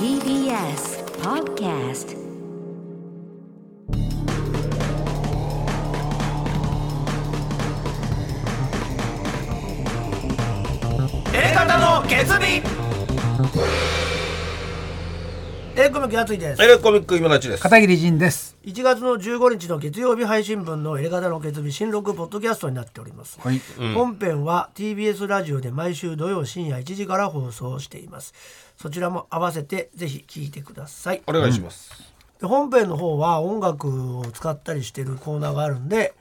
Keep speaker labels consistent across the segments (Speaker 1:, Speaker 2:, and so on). Speaker 1: TBS Podcast
Speaker 2: 方の決意
Speaker 3: えー、コミックやついです
Speaker 2: エレコミック今立ちです
Speaker 4: 片桐仁です。
Speaker 3: 1月の15日の月曜日配信分の「エレガタの決日」新録ポッドキャストになっております、
Speaker 4: はい。
Speaker 3: 本編は TBS ラジオで毎週土曜深夜1時から放送していますそちらも合わせてぜひ聞いてください
Speaker 2: お願いします、
Speaker 3: で本編の方は音楽を使ったりしてるコーナーがあるんで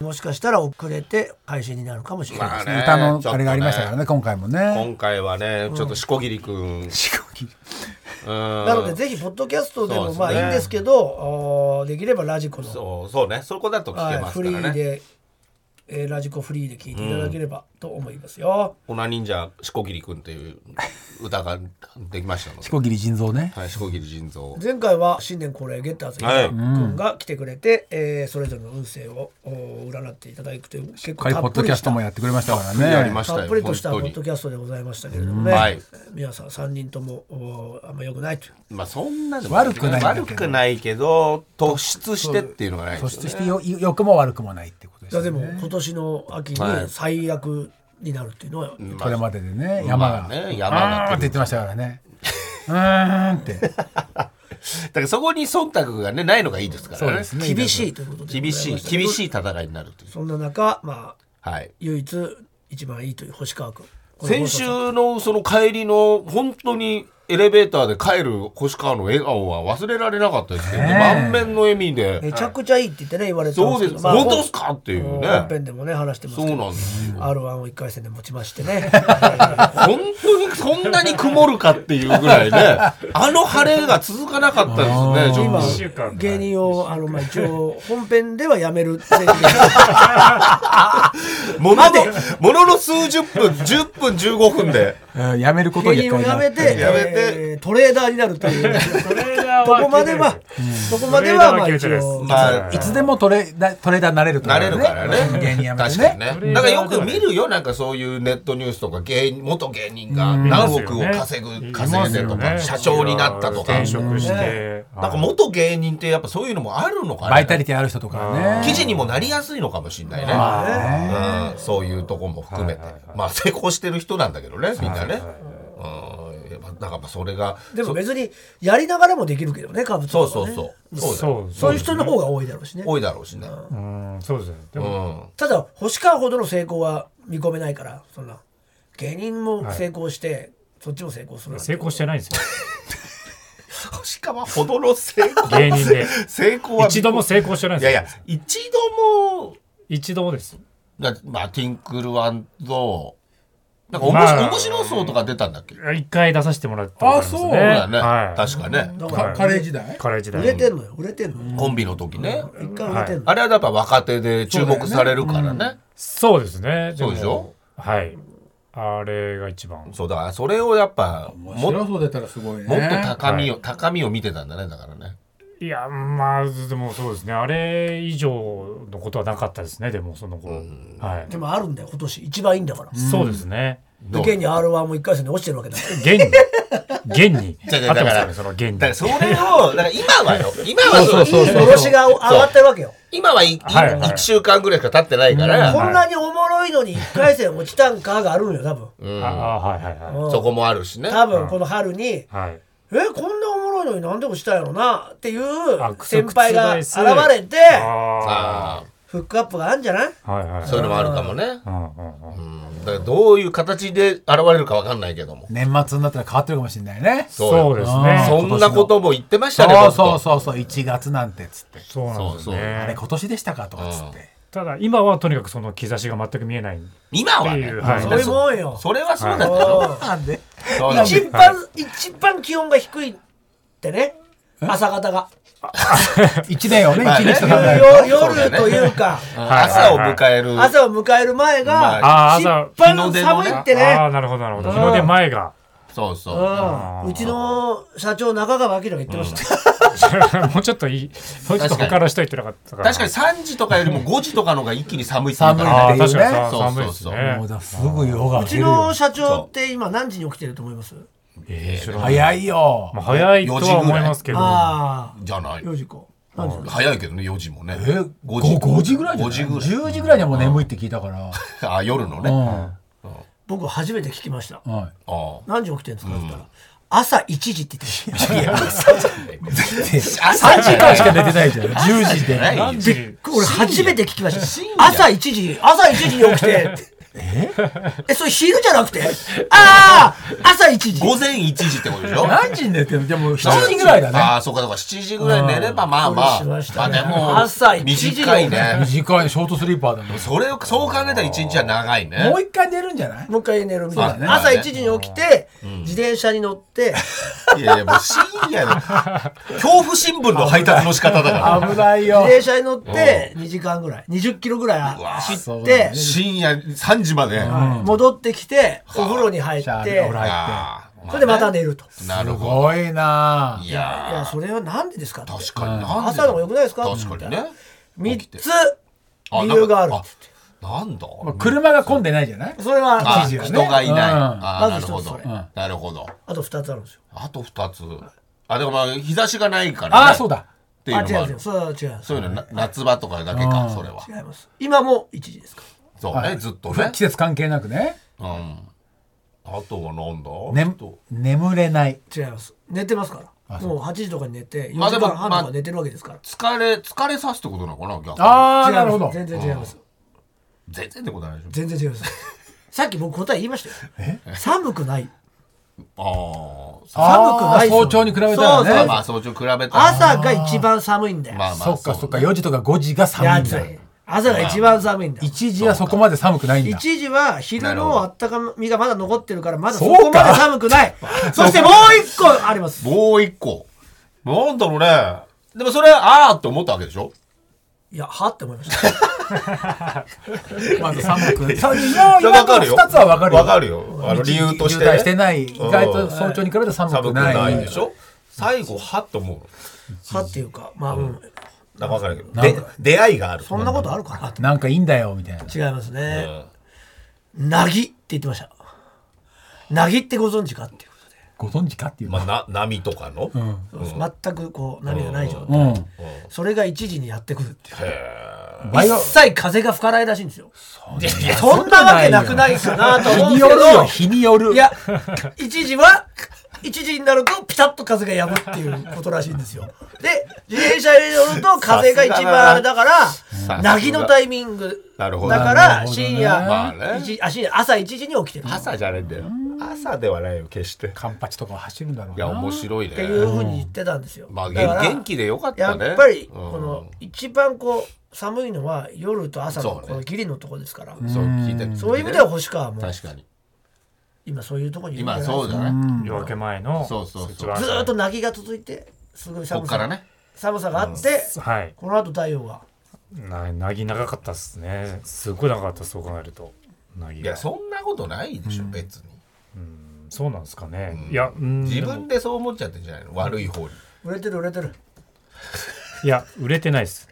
Speaker 3: もしかしたら遅れて配信になるかもしれない
Speaker 2: ま
Speaker 3: で
Speaker 2: あ
Speaker 3: す、
Speaker 2: ね
Speaker 4: 歌のあれがありましたからね、今回もね。
Speaker 2: 今回はねちょっとしこぎりくん、うん、
Speaker 3: な
Speaker 2: な
Speaker 3: のでぜひポッドキャストで
Speaker 2: そう
Speaker 3: も
Speaker 2: ですね
Speaker 3: まあいいんですけどおーできればラジコの
Speaker 2: そうそうねそこだと聞け
Speaker 3: は
Speaker 2: ま
Speaker 3: い、
Speaker 2: す
Speaker 3: フ
Speaker 2: か
Speaker 3: リ
Speaker 2: ら
Speaker 3: ー
Speaker 2: ね
Speaker 3: で、えーラジコフリーで聞いていただければと思いますよ。
Speaker 2: 粉忍者しこぎりくんっていう歌ができましたので
Speaker 4: 四股切り腎臓ね。
Speaker 2: はいしこぎり腎臓
Speaker 3: 前回は新年恒例ゲッターズ
Speaker 2: はい
Speaker 3: くんが来てくれて、えーそれぞれの運勢をお占っていただくという結
Speaker 4: しっか
Speaker 3: 構
Speaker 4: り
Speaker 3: た
Speaker 4: ポッ
Speaker 3: っぷ
Speaker 4: ド
Speaker 3: り
Speaker 4: キャ
Speaker 3: し
Speaker 4: ス
Speaker 3: た
Speaker 4: トもやってくれましたから
Speaker 2: やり
Speaker 4: ね
Speaker 2: ま。したよ
Speaker 3: たっぷりとしたポ
Speaker 2: 本当
Speaker 3: ッ
Speaker 2: に
Speaker 3: ドキャストでございましたけれどもね、
Speaker 2: はい
Speaker 3: えー皆さん3人ともおーあんま良くないという
Speaker 2: まあそんなでも
Speaker 4: 悪くないんだけど
Speaker 2: 悪くないけど突出してっていうのがないん
Speaker 4: 突
Speaker 2: ですよ
Speaker 4: 出
Speaker 2: ね
Speaker 4: してよ良くも悪くもないってことで
Speaker 3: いや
Speaker 4: す
Speaker 3: で
Speaker 4: ね。
Speaker 3: も今年の秋
Speaker 2: は
Speaker 3: に
Speaker 2: い
Speaker 3: 最悪になるっていうのは、
Speaker 4: これまででね、山
Speaker 2: ま
Speaker 4: が
Speaker 2: あ。
Speaker 4: う
Speaker 2: ね山が
Speaker 4: ーんって言ってましたからね。うーんって。
Speaker 2: だからそこに忖度がねないのがいいですからね
Speaker 4: そうですね。
Speaker 3: 厳しいということで
Speaker 2: 厳しい厳しい戦いになるという
Speaker 3: そんな中まあ
Speaker 2: はい
Speaker 3: 唯一一番いいという星川君
Speaker 2: 先週のその帰りの本当にエレベーターで帰る星川の笑顔は忘れられなかったですけど、ね、満面の笑み
Speaker 3: め
Speaker 2: で
Speaker 3: ちゃくちゃいいって言ってね言われてたん
Speaker 2: そう
Speaker 3: け
Speaker 2: で
Speaker 3: ど
Speaker 2: す、
Speaker 3: まあ
Speaker 2: 本当ですかっていう
Speaker 3: 本
Speaker 2: ね
Speaker 3: 編でもね話してます
Speaker 2: そう
Speaker 3: け
Speaker 2: な
Speaker 3: ど
Speaker 2: んですよ
Speaker 3: R1 を1回戦で持ちまして ね
Speaker 2: 本当にそんなに曇るかっていうぐ らいねあの晴れが続かなかったですねちょっ
Speaker 3: 今
Speaker 2: と
Speaker 3: 芸人をあの、まあ、一応本編ではやめる 宣言
Speaker 2: もののものの数十分10分15分で
Speaker 4: うんやめること
Speaker 3: 芸
Speaker 4: に
Speaker 3: 人を
Speaker 4: 一
Speaker 3: や
Speaker 4: 回
Speaker 3: め
Speaker 4: なって
Speaker 2: やめて
Speaker 3: えートレーダーになるというそこまではそこまではまあ一応
Speaker 2: まあ
Speaker 4: いつでもトレだトレーダーになれると
Speaker 2: なれるからね
Speaker 4: うん芸人やめ
Speaker 2: 確
Speaker 4: て
Speaker 2: かに
Speaker 4: ね。
Speaker 2: ねなんかよく見るよなんかそういうネットニュースとか芸人元芸人が何億を稼ぐ稼いでとか社長になったとか
Speaker 5: 転職して、
Speaker 2: なんか元芸人ってやっぱそういうのもあるのかな
Speaker 4: バイタリティある人とか
Speaker 2: 記
Speaker 4: ね。
Speaker 2: 事にもなりやすいのかもしれないね、うん、そういうとこも含めて、まあ成功してる人なんだけどねみんなね、うんやっぱなんかまあそれが
Speaker 3: でも別にやりながらもできるけどね株
Speaker 2: そ
Speaker 3: と
Speaker 2: う
Speaker 3: か
Speaker 2: そ
Speaker 3: は
Speaker 2: う
Speaker 3: ね
Speaker 2: そう
Speaker 5: そう
Speaker 2: そうだよ
Speaker 5: そう
Speaker 3: そういう人の方が多いだろうしね
Speaker 2: 多いだろうしね、
Speaker 5: うんそうですねで
Speaker 2: う
Speaker 5: も、
Speaker 2: ん、
Speaker 3: ただ星川ほどの成功は見込めないからそんな芸人も成功して、そっちも成功するなんて
Speaker 5: 成功してないんですよ
Speaker 2: しかもほどの成功
Speaker 5: 芸 人で
Speaker 2: 成功は
Speaker 5: 一度も成功してない
Speaker 2: い
Speaker 5: んです
Speaker 2: や
Speaker 5: よ
Speaker 2: いや一度も
Speaker 5: 一度もです
Speaker 2: だまあ、ティンクルワンと、なんかおもし、
Speaker 5: まあ
Speaker 2: 面白そうとか出たんだっけ、
Speaker 5: 一回出させてもらったことります
Speaker 2: そうだね、
Speaker 5: はい、
Speaker 2: 確かね、
Speaker 3: だか
Speaker 4: からカレー時代
Speaker 5: カレー時代
Speaker 3: 売れてんのよ売れてんのよ
Speaker 2: コンビの時ね。
Speaker 3: 一回売れてんの、
Speaker 2: あれはやっぱ若手で注目されるからね。
Speaker 5: そうですね
Speaker 2: そうでしょ
Speaker 5: もはいあれが一番
Speaker 2: そうだから、それをやっぱ、ももっと
Speaker 4: そう出たらすごいね
Speaker 2: 高みを、高みを見てたんだね、だからね。
Speaker 5: いやまあでもそうですねあれ以上のことはなかったですねでもその後、はい
Speaker 3: でもあるんだよ今年一番いいんだから、
Speaker 5: そうですね
Speaker 2: どう
Speaker 3: 現に R1 も一回戦で落ちてるわけだから
Speaker 5: 現に現に
Speaker 2: じゃあじゃ
Speaker 5: 合
Speaker 2: あ
Speaker 5: っ
Speaker 2: だか
Speaker 5: てます
Speaker 2: ら
Speaker 5: よねその現に
Speaker 2: だからそれを、だから今はよ、今はそう
Speaker 4: そうそうそう
Speaker 3: 卸しが上がってるわけよ
Speaker 2: 今はい、い
Speaker 5: はいはい
Speaker 2: 一週間ぐらいしか経ってないから、
Speaker 3: こんなにおもろいのに一回戦落ちたんかがあるのよ多分、
Speaker 5: ああはいはいは
Speaker 3: うん
Speaker 2: そこもあるしね。
Speaker 3: 多分この春に、え
Speaker 5: いはい
Speaker 3: こんなおもろいのになんで落ちたんやろなっていう
Speaker 5: あクソ
Speaker 3: 先輩が
Speaker 5: 覆
Speaker 3: 現
Speaker 5: す
Speaker 3: れて
Speaker 5: あ
Speaker 2: あ
Speaker 3: フックアップがあるんじゃない
Speaker 5: あはいはい
Speaker 2: あ、そういうのもあるかもね。
Speaker 5: うんうんうん
Speaker 2: だからどういう形で現れるかわかんないけども。
Speaker 4: 年末になったら変わってるかもしれないね。
Speaker 2: よ
Speaker 5: そうですね
Speaker 2: そんなことも言ってまし
Speaker 4: そ
Speaker 2: たね。
Speaker 4: う
Speaker 2: 僕と
Speaker 4: そうそうそう1月なんてつって
Speaker 5: そうなんです
Speaker 2: そうそう
Speaker 5: よ
Speaker 4: あ
Speaker 5: ね
Speaker 4: れ今年でしたかとかつって
Speaker 5: ただ今はとにかくその兆しが全く見えない
Speaker 2: 今は
Speaker 5: って
Speaker 2: ね
Speaker 5: いうはい
Speaker 3: そういうもんよ
Speaker 2: それはそうだけ
Speaker 3: う
Speaker 2: ど
Speaker 3: ん
Speaker 4: なんで
Speaker 2: そうだ
Speaker 3: 一番、一番気温が低いってね朝方が
Speaker 4: 1年をね
Speaker 2: まあ
Speaker 4: 1
Speaker 2: ね
Speaker 4: 日と考える
Speaker 3: 夜
Speaker 2: そうだ
Speaker 3: 夜
Speaker 2: よね
Speaker 3: というか
Speaker 5: はい
Speaker 2: 朝を迎える
Speaker 3: 朝を迎える前
Speaker 5: ま
Speaker 3: が
Speaker 5: あ
Speaker 3: 一
Speaker 5: 朝
Speaker 3: 番寒いって
Speaker 5: ああ
Speaker 3: ね
Speaker 5: なるほどなるほど日の出前が
Speaker 2: そうそううん
Speaker 3: うちの社長中川明が言ってました
Speaker 5: もうちょっといいもうちょっと他の人言ってなかったから
Speaker 2: 確かに3時とかよりも5時とかの方が一気に寒いっていう
Speaker 4: 寒い
Speaker 2: か
Speaker 5: ああ確か
Speaker 4: ね
Speaker 5: にさ寒いです
Speaker 2: そうそうそう
Speaker 5: ね
Speaker 4: もうだすぐ夜が明
Speaker 3: う
Speaker 4: け
Speaker 3: ち
Speaker 4: るよ
Speaker 3: の社長って今何時に起きてると思います
Speaker 5: えー知らない
Speaker 4: 早いよ
Speaker 5: まあ、早いとは思いますけど。
Speaker 3: あ
Speaker 2: じゃない
Speaker 3: あ4時か何時だ
Speaker 2: 早いけどね4時もね
Speaker 4: え
Speaker 2: 5時
Speaker 4: 5時ぐらいじゃない
Speaker 2: 5時ぐらい
Speaker 4: 10時ぐらいにはもう眠いって聞いたから
Speaker 2: あ夜のね、
Speaker 4: う
Speaker 2: あ
Speaker 4: ん
Speaker 3: 僕初めて聞きました
Speaker 4: は
Speaker 2: あ
Speaker 3: 何時起きてるんですかって言ったら朝1時って言ってたいや
Speaker 4: い、で3時間しか寝てないじゃん10時で
Speaker 2: ない
Speaker 5: 何時
Speaker 3: 俺初めて聞きました朝1時朝1時に起きてええそれ昼じゃなくてああ朝1時
Speaker 2: 午前1時ってことでしょ
Speaker 4: 何時に寝てるのでも7時ぐらいだ
Speaker 2: あ
Speaker 4: ね
Speaker 2: あそうかそうか7時ぐらい寝ればまあまあ
Speaker 3: そう
Speaker 2: ま
Speaker 3: しましたね
Speaker 2: あ
Speaker 3: 朝
Speaker 2: でも
Speaker 3: 1時
Speaker 2: 短いね
Speaker 4: 短いショートスリーパーだね
Speaker 2: それをそう考えたら1日は長いね
Speaker 4: もう一回寝るんじゃない
Speaker 3: もう一回寝るみたいな、
Speaker 2: そうだね
Speaker 3: 朝1時に起きて、自転車に乗って
Speaker 2: いやいやもう深 夜の恐怖新聞の配達の仕方だから
Speaker 4: 危ないよ
Speaker 3: 自転車に乗って2時間ぐらい2 0キロぐらい走
Speaker 4: そう
Speaker 3: っ
Speaker 4: だ
Speaker 3: て
Speaker 4: ね
Speaker 2: 深夜3時まで、あ
Speaker 3: 戻ってきてお風呂に入っ
Speaker 4: シャー
Speaker 3: て
Speaker 4: お風呂入
Speaker 2: あ
Speaker 3: それでまた寝ると。
Speaker 2: なる
Speaker 4: す
Speaker 2: ほ
Speaker 4: ごいな
Speaker 2: どい
Speaker 3: いや
Speaker 2: や
Speaker 3: それはなんでですかって
Speaker 2: ー確かになんで
Speaker 3: 朝の方が良くないですか
Speaker 2: 確かにね
Speaker 3: 3つ
Speaker 2: あ
Speaker 3: 理由があるって
Speaker 2: なんだ
Speaker 4: まあ車が混んでないじゃない
Speaker 3: それは
Speaker 2: あ
Speaker 3: 一時は
Speaker 2: 人
Speaker 3: ね
Speaker 2: がいない、
Speaker 4: う
Speaker 2: あ
Speaker 4: ん
Speaker 2: ー
Speaker 3: ま
Speaker 2: な
Speaker 3: ず
Speaker 2: る
Speaker 3: 一
Speaker 2: ほ
Speaker 3: つそ
Speaker 2: ど
Speaker 3: れ
Speaker 2: なるほど
Speaker 3: あと2つあるんですよ
Speaker 2: あと2つあでもまあ日差しがないから、ね、
Speaker 4: ああそうだ
Speaker 2: ってい
Speaker 3: あ
Speaker 2: うの
Speaker 3: 違
Speaker 2: も
Speaker 3: う
Speaker 2: あ
Speaker 3: んですよ
Speaker 2: る
Speaker 3: それは違うんです
Speaker 2: そういうのな夏場とかだけかそれは
Speaker 3: 違います今も1時ですか
Speaker 2: そうねずっとね
Speaker 4: 季節関係なくね
Speaker 2: うんあとはなんだ
Speaker 4: ね
Speaker 2: と
Speaker 4: 眠れない
Speaker 3: 違います寝てますから
Speaker 4: そう
Speaker 3: もう8時とかに寝て4
Speaker 2: まあ
Speaker 3: 時
Speaker 2: でも
Speaker 3: 間半とか寝てるわけですから
Speaker 2: 疲れ疲れさすってことなのかな逆に
Speaker 4: ああ
Speaker 3: 違います
Speaker 4: なるほど
Speaker 3: 全然違います
Speaker 2: 全然ってことないでしょ
Speaker 3: 全然違いますさっき僕答え言いましたよ寒くない
Speaker 2: ああさ
Speaker 3: 寒くない
Speaker 4: あー早朝に比べたら
Speaker 3: そうそ
Speaker 2: まあ
Speaker 3: う
Speaker 4: ね
Speaker 2: まあ早朝比べたら
Speaker 3: 朝が一番寒いんだよ
Speaker 2: まあまあ
Speaker 4: そっかそっか
Speaker 2: うね
Speaker 4: 4時とか5時が寒
Speaker 3: や
Speaker 4: いん
Speaker 3: つ
Speaker 4: だ
Speaker 3: 朝が一番寒いんだ
Speaker 4: 1時はそこまで寒くないんだ
Speaker 3: 一時は昼
Speaker 2: なるほど
Speaker 3: のあったかみがまだ残ってるからまだそ
Speaker 4: そうか
Speaker 3: こまで寒くないそしてもう一個あります
Speaker 2: もう一個なんだろうねでもそれはああって思ったわけでしょ
Speaker 3: いやはって思いました
Speaker 4: まず寒くさ今
Speaker 2: いや
Speaker 4: 今
Speaker 2: わ
Speaker 4: の
Speaker 2: かるよ
Speaker 4: 2つは分かるよ
Speaker 2: わかるよあの理由として
Speaker 4: 渋
Speaker 2: ね
Speaker 4: 滞してない意外と早朝に比べて寒
Speaker 2: 寒
Speaker 4: く
Speaker 2: く
Speaker 4: ない
Speaker 2: ないでしょ最後はっと思う
Speaker 3: はっていうかまあ、うん、
Speaker 2: だから分かるけど
Speaker 4: なん
Speaker 2: で
Speaker 4: か
Speaker 2: 出会いがある
Speaker 3: そんなことあるかなと
Speaker 4: なんかいいんだよみたいな
Speaker 3: 違いますねなぎって言ってましたなぎってご存知かっていうことで
Speaker 4: ご存知かっていう
Speaker 2: まあな波とかの
Speaker 3: そうです、全くこう波がない状
Speaker 4: う
Speaker 3: 態、
Speaker 4: ん
Speaker 3: それが一時にやってくるっていう
Speaker 4: バイオ
Speaker 3: 一切風が吹かないらしいんですよそ
Speaker 4: そ
Speaker 3: ん
Speaker 4: ん
Speaker 3: な
Speaker 4: な
Speaker 3: わ
Speaker 4: わ
Speaker 3: け
Speaker 4: け
Speaker 3: な
Speaker 4: な
Speaker 3: く
Speaker 4: く
Speaker 3: な
Speaker 4: ない
Speaker 3: かなと
Speaker 4: 日
Speaker 3: 思うん
Speaker 4: に
Speaker 3: ですけ
Speaker 4: よるよ
Speaker 3: ど
Speaker 4: 日による
Speaker 3: いや、一時は、一時になるとピタッと風がやむっていうことらしいんですよ。で、自転車に乗ると風が一番あれだから、
Speaker 2: な
Speaker 3: なぎのタイミング。
Speaker 2: な
Speaker 3: だ
Speaker 2: る
Speaker 3: か
Speaker 2: ほど
Speaker 4: な
Speaker 3: ら、
Speaker 4: るほどね
Speaker 3: 深
Speaker 2: ま
Speaker 3: 夜
Speaker 2: あね、
Speaker 3: 一時あ深夜朝1時に起きてる。っ
Speaker 2: 朝じゃねえんだよ朝ではないよ決して
Speaker 4: カンパチとか走るんだろう
Speaker 2: いや面
Speaker 4: な
Speaker 2: 白いね
Speaker 3: ていうふうに言ってたんですよ。
Speaker 2: まあ
Speaker 3: だから
Speaker 2: 元元気でよかったね
Speaker 3: やっぱり、こ
Speaker 2: う
Speaker 3: の
Speaker 2: ん、
Speaker 3: 一番こう、寒いのは夜と朝の
Speaker 2: そうね
Speaker 3: このギリのとこですから、
Speaker 2: そう聞いて
Speaker 3: そういう意味では星川も、
Speaker 2: 確かに
Speaker 3: 今そういうとこにいるんじゃない
Speaker 2: 今
Speaker 3: ですか
Speaker 2: そうじゃない
Speaker 5: 夜明け前の
Speaker 2: そうそうそう
Speaker 5: 一番
Speaker 3: ずーっとなぎが続いて、すごい
Speaker 2: こっ
Speaker 3: 寒
Speaker 2: か
Speaker 3: さ
Speaker 2: ら
Speaker 3: が
Speaker 2: ね
Speaker 3: 寒さがあって、
Speaker 5: はい
Speaker 3: この後太陽が
Speaker 5: ななぎ長かったっすねすごい長かったそう考えるとなぎ
Speaker 2: い
Speaker 5: が
Speaker 2: やそんなことないでしょ別に
Speaker 5: そうなんですかねいやうん
Speaker 2: 自
Speaker 5: でも
Speaker 2: 分でそう思っちゃってんじゃないの悪い方に
Speaker 3: 売れてる売れてる
Speaker 5: いや売れてないです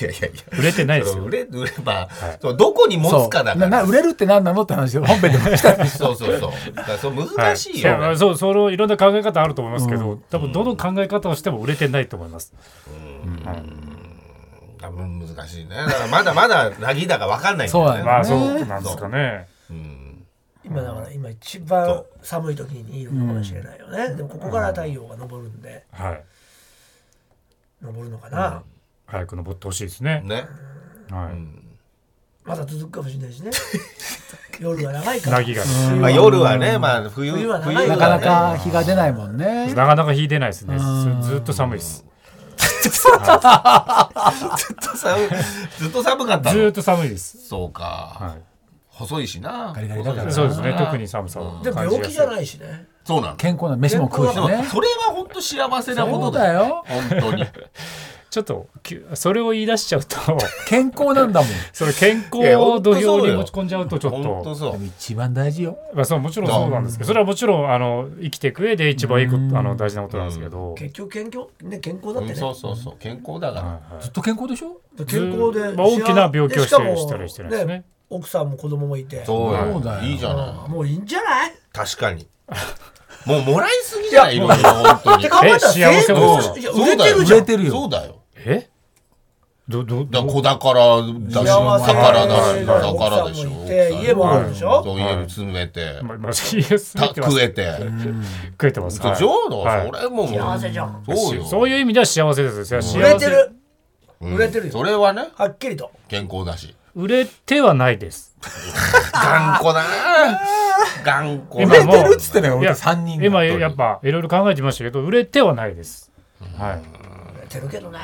Speaker 2: いやいやいや
Speaker 5: 売れてないです
Speaker 2: その
Speaker 5: よ
Speaker 2: 売れ売れば、そうどこに持
Speaker 4: そ
Speaker 2: つかだ
Speaker 4: う
Speaker 2: か
Speaker 4: なな
Speaker 2: ら
Speaker 4: 売れるって何なのって話で本編でもした
Speaker 2: そうそうそうだからそう
Speaker 5: は
Speaker 2: 難しいよ、
Speaker 5: やそうそのいろんな考え方あると思いますけど、多分どの考え方をしても売れてないと思います、
Speaker 2: 多分難しいねだからまだまだなぎだか分かんないんだよ
Speaker 4: そうだね
Speaker 5: まあそうなんですかね
Speaker 3: 今だから今一番寒い時にいるのかもしれないよね、でもここから太陽が昇るんで
Speaker 5: はい
Speaker 3: 昇るのかな、
Speaker 5: 早く登ってほしいですね
Speaker 2: ね
Speaker 5: はい、
Speaker 3: まだ続くかもしれないしね 夜が長いから
Speaker 5: なぎが、
Speaker 2: まあ、夜はね、まあ、冬
Speaker 3: 冬は長い
Speaker 4: な
Speaker 2: はね
Speaker 4: かなか日が出ないもんね
Speaker 5: なかなか引いてないですねずずっと寒いです
Speaker 2: ずっと寒いずっと寒かった
Speaker 5: ず
Speaker 2: の
Speaker 5: っと寒いです、
Speaker 2: そうか、
Speaker 5: は
Speaker 2: 細いしな
Speaker 4: ガリガリだから
Speaker 5: い、
Speaker 2: 細いし
Speaker 5: そうですね特に寒さを
Speaker 3: でも
Speaker 5: 感じ
Speaker 3: 病
Speaker 5: や
Speaker 3: 気
Speaker 5: すい
Speaker 3: じゃないしね
Speaker 2: そうなの
Speaker 4: 健康な飯も食うし
Speaker 2: でも
Speaker 4: ね
Speaker 2: それは本当幸せな
Speaker 4: そ
Speaker 2: こ
Speaker 4: う
Speaker 2: とだ
Speaker 4: だ
Speaker 2: よ
Speaker 4: よ
Speaker 2: 本当に
Speaker 5: ちょっときゅそれを言い出し ちゃうと
Speaker 4: 健康なんだもん
Speaker 5: その健
Speaker 2: いや
Speaker 5: 康
Speaker 2: ほ
Speaker 5: を
Speaker 2: んとそ
Speaker 5: 土
Speaker 2: うよ
Speaker 5: 俵に持ち込んじゃうとちょっ
Speaker 2: 本当
Speaker 5: と
Speaker 2: そ
Speaker 4: で
Speaker 2: う
Speaker 4: も一番大事よ
Speaker 5: まあ、そうもちろんそうなんですけどそれはもちろんあの生きていく上で一番いいことあの大事なことなんですけど
Speaker 3: 結局健康ね健康だっ
Speaker 2: う
Speaker 3: てね、
Speaker 2: んそうそうそう健康だから、
Speaker 4: ずっと健康でしょ
Speaker 3: 健康で、
Speaker 5: まあ大きな病気をして
Speaker 3: しかも
Speaker 5: したりしてないですね
Speaker 3: 奥さんも子供もいて
Speaker 2: そう
Speaker 4: そう
Speaker 2: よ
Speaker 4: だよ
Speaker 2: いいじゃない
Speaker 3: もういいんじゃない
Speaker 2: 確かに。もうもらいすぎじゃないいろいろ本当に。
Speaker 3: って考えたら
Speaker 5: え幸せも
Speaker 3: 全部いや売れてるじゃん
Speaker 4: 売れてるよ
Speaker 2: そうだよ。
Speaker 5: えどど
Speaker 2: だ
Speaker 5: ど
Speaker 2: から子宝だし、
Speaker 3: 幸せ
Speaker 2: 宝だし、
Speaker 3: な
Speaker 2: 宝で
Speaker 3: 奥さ
Speaker 2: しょ。
Speaker 3: んもいて
Speaker 2: 奥さん
Speaker 3: 家もあるでしょ
Speaker 2: そう家も詰めて、
Speaker 5: まま CS
Speaker 2: た
Speaker 5: 見てます
Speaker 2: 食えて。
Speaker 5: 食えてます
Speaker 2: そう
Speaker 5: はい
Speaker 2: ジョーの、
Speaker 5: はい
Speaker 2: それもう
Speaker 3: 幸せじゃん
Speaker 2: そうよ。
Speaker 5: そういう意味では幸せですよ
Speaker 3: 売れ
Speaker 5: 幸
Speaker 3: て
Speaker 5: せ
Speaker 3: る売れてるよ
Speaker 2: それはね、
Speaker 3: はっきりと
Speaker 2: 健康だし。
Speaker 5: 売れてはないです
Speaker 2: 頑固だな頑固
Speaker 5: 今
Speaker 4: 売れ
Speaker 2: だ
Speaker 5: もう
Speaker 4: てるっつってね、
Speaker 5: い
Speaker 4: 俺
Speaker 5: や
Speaker 4: 3人が。
Speaker 5: 今やっぱいろいろ考えてましたけど売れてはないですはい
Speaker 3: 売れてるけどね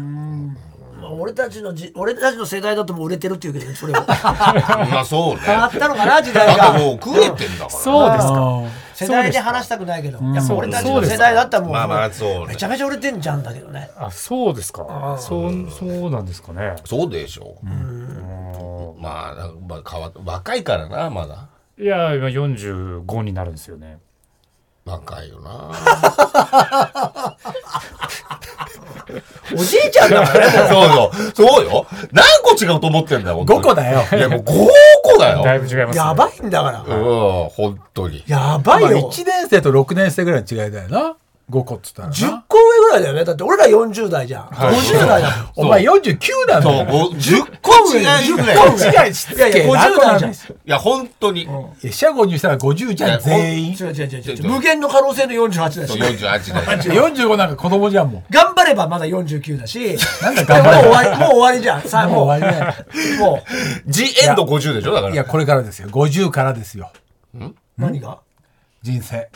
Speaker 3: まあ俺たちのじ俺たちの世代だともう売れてるっていうけどねそれを変
Speaker 2: まあそうね。
Speaker 3: わ
Speaker 2: だ
Speaker 3: ったのかな時代
Speaker 2: っ
Speaker 3: が
Speaker 2: てもう食えてんだから。
Speaker 5: そうですか
Speaker 4: あ
Speaker 3: 世代で話したくないけどやっぱ俺たち
Speaker 5: そう
Speaker 3: の
Speaker 5: です
Speaker 3: 世代だったらもう
Speaker 2: まあまあそうね
Speaker 3: めちゃめちゃ売れてんじゃんだけどね
Speaker 5: あそうですかそうそうなんですかね
Speaker 2: そうでしょう。まあ、なんかまあ変わっ、若いからな、まだ。
Speaker 5: いや今45になるんですよね
Speaker 2: 若いよな。
Speaker 3: おじいちゃんだからね
Speaker 2: そうそう。そうよ。何個違うと思ってんだよ。
Speaker 4: ー5個だよ。
Speaker 2: いや、もう5個だよ。
Speaker 5: だいぶ違いますね
Speaker 3: やばいんだから
Speaker 2: うん、本当に。
Speaker 3: やばい
Speaker 4: まあ
Speaker 3: よ
Speaker 4: 1年生と6年生ぐらいの違いだよな。5個っつったら
Speaker 3: 10
Speaker 4: な。
Speaker 3: 個上ぐらいだよねだって俺ら40代じゃん
Speaker 2: い
Speaker 3: 50代だもん
Speaker 4: お前49なん
Speaker 2: そう、
Speaker 4: だよ。
Speaker 2: ご10個違いぐらい。い
Speaker 4: 違いし
Speaker 3: いやいや50代じゃん
Speaker 2: や、本当に。
Speaker 4: 社合入したら50じゃん、全員。
Speaker 3: 違う違う違う違う無限の可能性の48だ
Speaker 2: そう
Speaker 3: し
Speaker 2: 48代。
Speaker 4: 45なんか子供じゃんもん。
Speaker 3: 頑張ればまだ49だし
Speaker 4: なんだ
Speaker 3: で
Speaker 4: 頑
Speaker 3: もう終
Speaker 4: 張
Speaker 3: わりもう終わりじゃんさあ
Speaker 4: も
Speaker 3: も
Speaker 4: う
Speaker 3: う
Speaker 4: 終わりだよ
Speaker 3: も
Speaker 2: ジエンド50でしょだか
Speaker 4: れ。
Speaker 2: ら。
Speaker 4: いや、これからですよ。50からですよ。
Speaker 3: う何が
Speaker 4: 人生。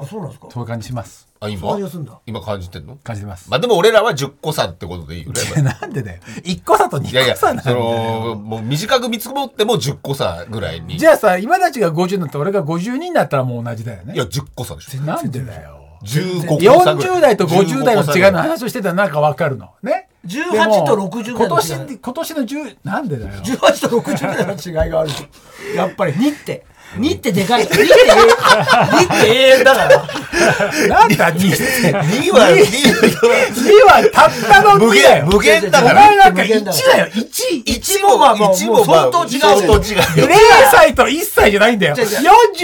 Speaker 3: あそうなんですか
Speaker 4: そういう感じします。
Speaker 2: あ、
Speaker 3: そん
Speaker 2: 今
Speaker 3: なにすんだ
Speaker 2: 今感じてんの
Speaker 4: 感じてます。
Speaker 2: まあでも俺らは10個差ってことでいいよね。
Speaker 4: なんでだよ。1個差と
Speaker 2: いやい
Speaker 4: 2
Speaker 2: や、
Speaker 4: 個差
Speaker 2: そ
Speaker 4: なんだよ。
Speaker 2: の、もう短く見積もっても10個差ぐらいに。い
Speaker 4: じゃあさ、今たちが50になって俺が52になったらもう同じだよね。
Speaker 2: や、10個差でしょ。
Speaker 4: なんでだよ。
Speaker 2: 15個差ぐらい。
Speaker 4: 40代と50代の違いの
Speaker 2: い。
Speaker 4: 話をしてたらなんかわかるの。ね。
Speaker 3: 18
Speaker 4: でも
Speaker 3: と60代
Speaker 4: 今
Speaker 3: の違い
Speaker 4: 年、今年の10、なんでだよ。
Speaker 3: 18と60代の違いがあるやっぱり2って2ってでかい2って2って永遠だから
Speaker 4: なんだ、2って。2
Speaker 2: 2は、2
Speaker 4: はたったの
Speaker 2: 無
Speaker 4: 2だよ
Speaker 2: 限、。無限だか
Speaker 4: お前
Speaker 2: ら。
Speaker 4: なんか1だよ。1。
Speaker 2: 1
Speaker 3: もまあもうもう相当違う
Speaker 2: 相当違う
Speaker 4: 0
Speaker 2: よ。
Speaker 4: 歳と1歳じゃないんだよ。
Speaker 3: 違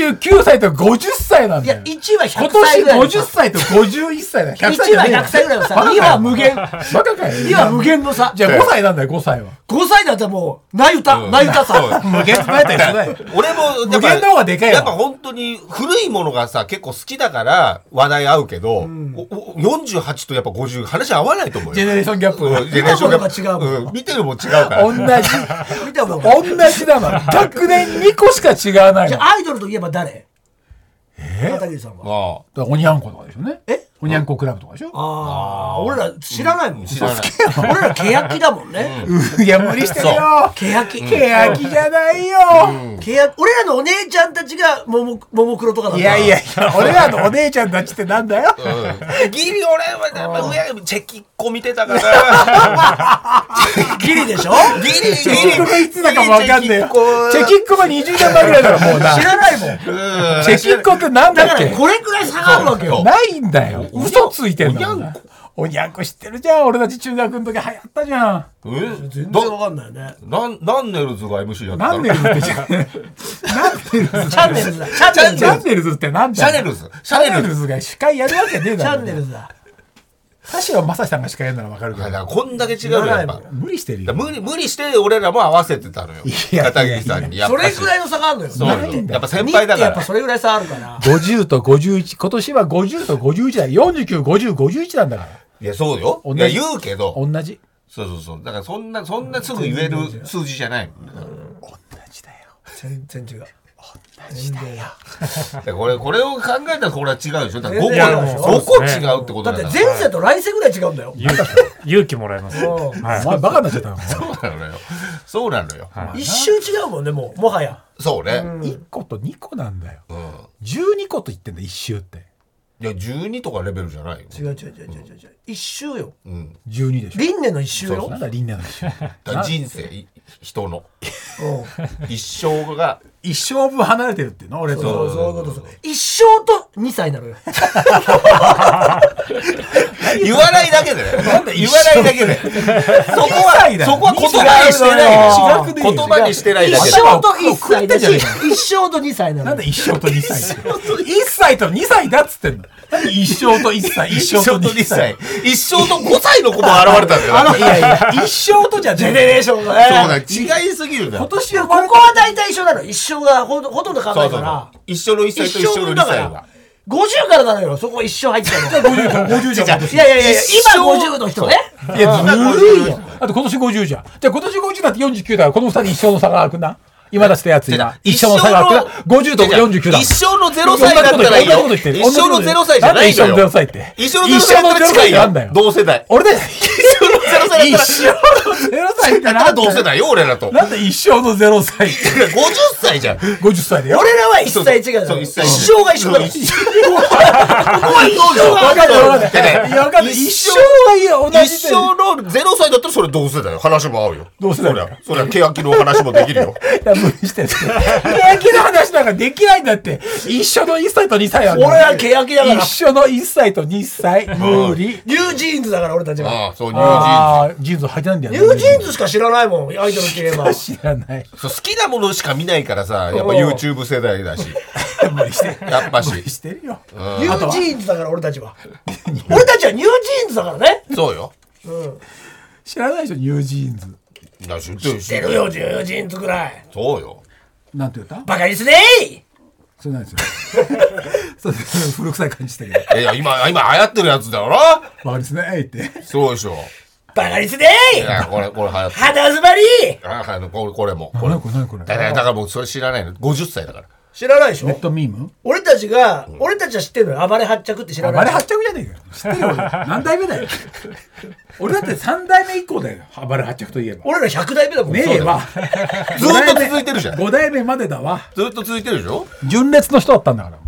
Speaker 3: う違
Speaker 4: 49歳と50歳なん
Speaker 3: い
Speaker 4: だ
Speaker 3: や
Speaker 4: よ。
Speaker 3: 1は100
Speaker 4: 今
Speaker 3: 歳
Speaker 4: 年
Speaker 3: ぐらい
Speaker 4: 50歳と51歳だよ。100歳じゃねえよ
Speaker 3: 1は100歳ぐらいの差
Speaker 4: バカかよ
Speaker 3: 2は無限
Speaker 4: バカかよ。
Speaker 3: 2は無限の差
Speaker 4: じゃあ5歳なんだよ、5歳 は。
Speaker 3: 5歳だったらもうなゆた
Speaker 2: うん
Speaker 3: なゆた
Speaker 2: そう
Speaker 3: さ
Speaker 4: 無限って言われたら一緒だよ。
Speaker 2: 俺も、
Speaker 4: 無限の方がでかいわ
Speaker 2: やっぱ本当に古いものがさ、結構好きだから話題合うけど、おお48とやっぱ50、話合わないと思う
Speaker 4: ジェ
Speaker 2: よ。
Speaker 4: ネレーションギャップ。
Speaker 2: うんジェネレーションが
Speaker 3: 見たものが違うもん
Speaker 2: ん見てるもん違うから。
Speaker 4: 同
Speaker 3: 見たもん
Speaker 4: じ。同じだもん。学年2個しか違わない
Speaker 3: じ
Speaker 4: の
Speaker 3: ゃ。あアイドルといえば誰片桐さんは
Speaker 2: ああ
Speaker 4: おにゃんことかでしょね。
Speaker 3: え
Speaker 4: おにゃんこクラブとかでしょ
Speaker 3: ああ俺ら知らないもん
Speaker 2: 知らない
Speaker 3: 俺らケヤキだもんね
Speaker 4: いや、無理してるよ。
Speaker 3: ケヤキ
Speaker 4: ケヤキじゃないよ。
Speaker 3: ケヤ俺らのお姉ちゃんたちがももももクロとかだっ
Speaker 4: い
Speaker 3: た
Speaker 4: や
Speaker 3: ら
Speaker 4: いやいや、俺らのお姉ちゃんたちってなんだよ。
Speaker 2: うんギリ俺はやっぱ上チェキっ子見てたから
Speaker 3: ギリでしょ
Speaker 2: ギリ
Speaker 4: チェキッコがいつだかもわかんね
Speaker 2: チェキ
Speaker 4: えよ
Speaker 2: ッコ。
Speaker 4: チェキッコが20年前ぐらいだからもうな
Speaker 3: 知。らないもん
Speaker 2: うん
Speaker 4: チェキッコってなん
Speaker 3: だ
Speaker 4: だ
Speaker 3: か
Speaker 4: っけ
Speaker 3: らこれくらい差があるわけよ
Speaker 4: ないんだよ。嘘ついてんだもんな。おにゃんこ知ってるじゃん。俺たち中学の時流行ったじゃん。
Speaker 2: え
Speaker 3: 全
Speaker 2: だ
Speaker 3: 然わかんないよね
Speaker 2: なんランネルズが MC やってた
Speaker 4: なんでルズってじ ゃん。
Speaker 3: チャンネルズだチャンネル
Speaker 4: チ
Speaker 3: ズ
Speaker 4: ャ
Speaker 3: だ
Speaker 4: ンネルズってなん
Speaker 2: シ
Speaker 4: だ
Speaker 2: ャネ
Speaker 4: よ
Speaker 2: ルズシ
Speaker 4: チ
Speaker 2: ャ
Speaker 4: ャ
Speaker 2: ネル
Speaker 4: ンネ
Speaker 2: ズ
Speaker 4: ルズが司会やるわけねえ
Speaker 3: チ
Speaker 4: だ
Speaker 3: ャ
Speaker 4: ろ
Speaker 3: ン。ネルズだ
Speaker 4: 田代正さんが司会やるならわかる
Speaker 2: だ
Speaker 4: け
Speaker 2: から
Speaker 4: ど。
Speaker 2: こんだけ違うよやっぱ
Speaker 4: 無理してる
Speaker 2: だ
Speaker 4: よ。
Speaker 2: 無理無理して俺らも合わせてたのよ
Speaker 4: や
Speaker 2: 片桐さんにやっ
Speaker 3: そ
Speaker 2: ぱ
Speaker 3: れ
Speaker 2: し
Speaker 3: くらいの差があるのよ
Speaker 2: そう
Speaker 4: ないん
Speaker 2: よ
Speaker 4: だ
Speaker 2: やっぱ先輩だ
Speaker 3: や
Speaker 2: か
Speaker 3: っぱ
Speaker 2: ら
Speaker 3: それぐらい差あるから
Speaker 4: 50と51。今年は50と51だよ。49、50、51なんだから。
Speaker 2: いやそうよ
Speaker 4: 同
Speaker 2: い
Speaker 4: じ
Speaker 2: や言うけど
Speaker 4: 同じ。
Speaker 2: そうそうそうだからそんなそんなすぐ言える数字じゃない
Speaker 4: 同じだよ。
Speaker 3: 全然違う
Speaker 2: だからこれこれを考えたらこれは違うでしょだから5個
Speaker 3: いやもう
Speaker 2: 5個
Speaker 5: そうですね
Speaker 2: 違うってこと
Speaker 3: だ
Speaker 2: だ
Speaker 3: って
Speaker 2: から
Speaker 3: 前世と来世ぐらい違うんだよ
Speaker 5: 勇気勇気もらえます
Speaker 3: うん
Speaker 4: お前バカになっちゃったの。
Speaker 2: そうなのよそうなのよ
Speaker 3: 一瞬違うもんねもうもはや
Speaker 2: そうね
Speaker 4: 1個と2個なんだよ。
Speaker 2: うん
Speaker 4: 12個と言ってんだ、1周って。
Speaker 2: いや12とかレベルじゃないよ
Speaker 3: 違う違う違う違う違う一周よ
Speaker 2: うん
Speaker 4: 12でしょ。
Speaker 3: 輪廻の一周よ
Speaker 4: なんだ、輪廻の一周。
Speaker 2: だから人生い人の
Speaker 3: うん
Speaker 2: 一生が
Speaker 4: 一生分離れてるっていうの俺
Speaker 3: そ
Speaker 4: と。
Speaker 3: うそういうことそう一生と2歳なのよ
Speaker 2: 言わないだけでね。言わないだけで。そこは、
Speaker 4: 歳だ
Speaker 2: そ
Speaker 4: よ
Speaker 2: こは言葉にしてない
Speaker 4: 違
Speaker 2: の
Speaker 4: うの
Speaker 2: よ。
Speaker 4: よ
Speaker 2: 言葉にしてない
Speaker 3: 一
Speaker 2: だけで
Speaker 3: 生。と1歳だし、
Speaker 4: 食ってんじ
Speaker 3: 一生と2歳な
Speaker 4: なん
Speaker 3: の。
Speaker 4: で一生と二歳って。一歳と二歳だっつってんの。なんで一生と一歳、一
Speaker 2: 一生
Speaker 4: 生
Speaker 2: と
Speaker 4: と
Speaker 2: 2
Speaker 4: 二
Speaker 2: 歳
Speaker 4: 歳。。
Speaker 2: 一生と5歳の子も現れたんだよ。
Speaker 3: あの、
Speaker 2: そ
Speaker 3: いうやいや、一生とじゃジェネレーションがね。
Speaker 2: だ、違いすぎるんだよ
Speaker 4: 今。年は
Speaker 3: ここは大体一緒なの。一生がほとほとんど変わ
Speaker 2: そ
Speaker 3: らな
Speaker 2: うそ
Speaker 3: いうから
Speaker 2: そう。。一生の1歳と一生の2
Speaker 3: だか
Speaker 2: 歳
Speaker 3: ら
Speaker 2: が。。
Speaker 3: 50からなのよ。そこ一生入っちゃうの。
Speaker 4: 50じゃん。
Speaker 3: いやいやいやいや、
Speaker 2: 一生
Speaker 3: 今50の人ね。
Speaker 4: いや、ずるいよ。だって今年50じゃん。じゃあ今年50だって49だから、この二人一生の差が開くな。今出したやつ今。一生の差が開くな。50と49だ。
Speaker 2: 一生の0歳だったらいい
Speaker 4: 同じ
Speaker 2: よ
Speaker 4: こと言って。る
Speaker 2: 一生の0歳じゃない
Speaker 4: 一生の
Speaker 2: のよ
Speaker 4: 0。歳って。
Speaker 2: 一生の0歳だったら近い
Speaker 4: なんだ
Speaker 2: よ
Speaker 4: よ。。
Speaker 2: 同世代。
Speaker 4: 俺だよ。
Speaker 2: 一生の0歳だ
Speaker 4: 一
Speaker 2: ったら
Speaker 4: 生の0歳
Speaker 2: だ
Speaker 4: って
Speaker 2: った
Speaker 4: な
Speaker 2: ら
Speaker 4: んだ
Speaker 2: 同世
Speaker 4: よ。
Speaker 2: 代よ、俺らと。
Speaker 4: なんで一生の0歳って。
Speaker 2: 50歳じゃん。
Speaker 4: 50歳だよ。
Speaker 3: 俺らは一切違う
Speaker 2: そ
Speaker 3: の。
Speaker 2: う
Speaker 3: 一
Speaker 2: 一切違う
Speaker 3: 生が一緒なの。
Speaker 2: 一
Speaker 3: 一
Speaker 2: 生
Speaker 4: わかるわかる。いや、わかる。
Speaker 2: 一
Speaker 4: 一
Speaker 2: 生
Speaker 4: 生は同
Speaker 2: 一
Speaker 4: じ
Speaker 2: 生
Speaker 4: だよ。
Speaker 2: の0歳だったらそれ同世代よ。話も合うよ。
Speaker 4: 同世代
Speaker 2: そりゃ、そりゃ、欅の話もできるよ。
Speaker 4: いや無理してる。欅の話なんかできないんだって。一緒の1歳と2歳なんだ
Speaker 3: 俺
Speaker 4: よ
Speaker 3: はケヤキだから
Speaker 4: 一。緒の1歳と2歳。無理。
Speaker 3: ニュージーンズだから俺たちは。
Speaker 2: ああ、そう、ニュージーン
Speaker 4: ああ、ジーンズ履いてないんだよ
Speaker 3: ニ
Speaker 4: ね。
Speaker 3: ュージーンズしか知らないもん、アイドルといえば。
Speaker 4: 知らない。
Speaker 2: ズ。そう好きなものしか見ないからさ、やっぱ YouTube 世代だし。
Speaker 4: 無理して。
Speaker 2: やっぱし。
Speaker 4: してるよ。
Speaker 3: ニュージーンズだから俺たちは。俺たちはニュージーンズだからね。
Speaker 2: そうよ。
Speaker 4: 知らないでしょ、ニュージーンズ。
Speaker 2: いや知ってる知
Speaker 3: 出るよ、ニュージーンズぐらい。
Speaker 2: そうよ。
Speaker 4: なんて言った
Speaker 3: バカにすねー
Speaker 4: それなんですよ。 そうです古臭い感じしたけど。
Speaker 2: いや、今、今流行ってるやつだろ
Speaker 4: バカにすねえいって。
Speaker 2: そうでしょ。
Speaker 3: バカにすね
Speaker 2: い
Speaker 3: ー
Speaker 2: や、これ、これ流行ってる。
Speaker 3: 肌ズバリ
Speaker 2: ああのこれ、これも。これ
Speaker 4: 何これ何これ。
Speaker 2: だから、だから僕それ知らないの。50歳だから。
Speaker 3: 知らないでし
Speaker 4: ネッ
Speaker 3: ょ
Speaker 4: トミーム
Speaker 3: 俺たちが、俺たちは知ってるのよ。暴れ発着って知ら
Speaker 4: あ
Speaker 3: な
Speaker 4: バ
Speaker 3: い
Speaker 4: レ。発着じゃねえかよ。知ってるよ、俺。 何代目だよ。俺だって3代目以降だよ。バレ発着といえば。
Speaker 3: 俺ら100代目だもん。
Speaker 4: ねえわ。
Speaker 2: ずーっと続いてるじゃん。
Speaker 4: 5代目までだわ。
Speaker 2: ずーっと続いてるでしょ
Speaker 4: 純烈の人だったんだから。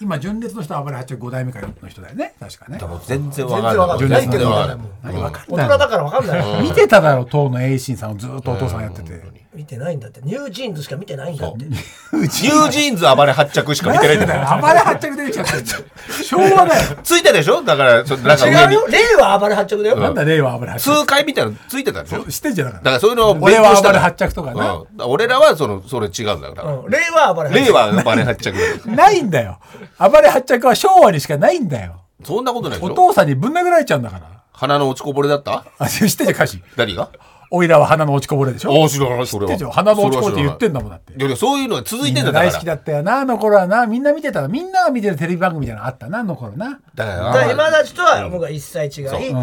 Speaker 4: 今、純烈の人は暴れ八丁5代目からの人だよね。確かね。
Speaker 2: もう全然わかんない。
Speaker 3: 全
Speaker 2: ない
Speaker 3: 然
Speaker 2: けど
Speaker 3: わ
Speaker 2: わ
Speaker 3: か
Speaker 2: か
Speaker 3: ん
Speaker 2: ん
Speaker 3: ない
Speaker 2: ない。
Speaker 4: わか
Speaker 3: 大人だからわかんない。
Speaker 4: 見てただろ、当の栄信さんをずっとお父さんやってて。
Speaker 3: 見てないんだって。ニュージーンズしか見てないんだって。
Speaker 2: ニュージーンズ暴れ発着しか見てないん だよ。
Speaker 4: よ。暴れ八丁出てきちゃってんだよ。 昭和だよ。
Speaker 2: ついてたでしょだから、そなんか
Speaker 3: 違
Speaker 2: 上
Speaker 3: う
Speaker 2: に
Speaker 3: よ。令和暴れ発着だ
Speaker 4: なん
Speaker 3: よ。
Speaker 4: だ、令和暴れ八
Speaker 2: 通会みたいなのついてたでしょ
Speaker 4: 丁。してんじゃなかっ
Speaker 2: だか
Speaker 4: た。
Speaker 2: らそういうのを勉
Speaker 4: 俺は
Speaker 2: 強し
Speaker 4: 暴
Speaker 2: た
Speaker 4: れ
Speaker 2: ら
Speaker 4: 八着とかな。
Speaker 2: うん俺らはそのそれ違うんだから
Speaker 3: うん令和暴れ発
Speaker 2: 令
Speaker 3: 着。
Speaker 2: 和のバレ発着だから
Speaker 4: ないんだよ。暴れ八着は昭和にしかないんだよ。
Speaker 2: そんなことないで
Speaker 4: お
Speaker 2: しょ
Speaker 4: 父さんにぶん殴られちゃうんだから。
Speaker 2: 鼻の落ちこぼれだった
Speaker 4: あ、知ってんじゃん、歌詞。
Speaker 2: 何が
Speaker 4: おいらは花の落ちこぼれでしょ。
Speaker 2: ああ知らないそれ
Speaker 4: 知ってんじゃ
Speaker 2: は
Speaker 4: ん花の落ちこぼれって言ってんだもんだって
Speaker 2: い。やいやそういうのが続い
Speaker 4: み
Speaker 2: て
Speaker 4: ん
Speaker 2: ん
Speaker 4: な
Speaker 2: だか
Speaker 4: 大好き
Speaker 2: ら
Speaker 4: だったよな、あの頃はな。みんな見てたら、みんなが見てるテレビ番組みたいなのあったな、あの頃な。
Speaker 2: だか
Speaker 3: だから
Speaker 2: ら
Speaker 3: 今たちとは僕は一切違
Speaker 2: そう
Speaker 3: い。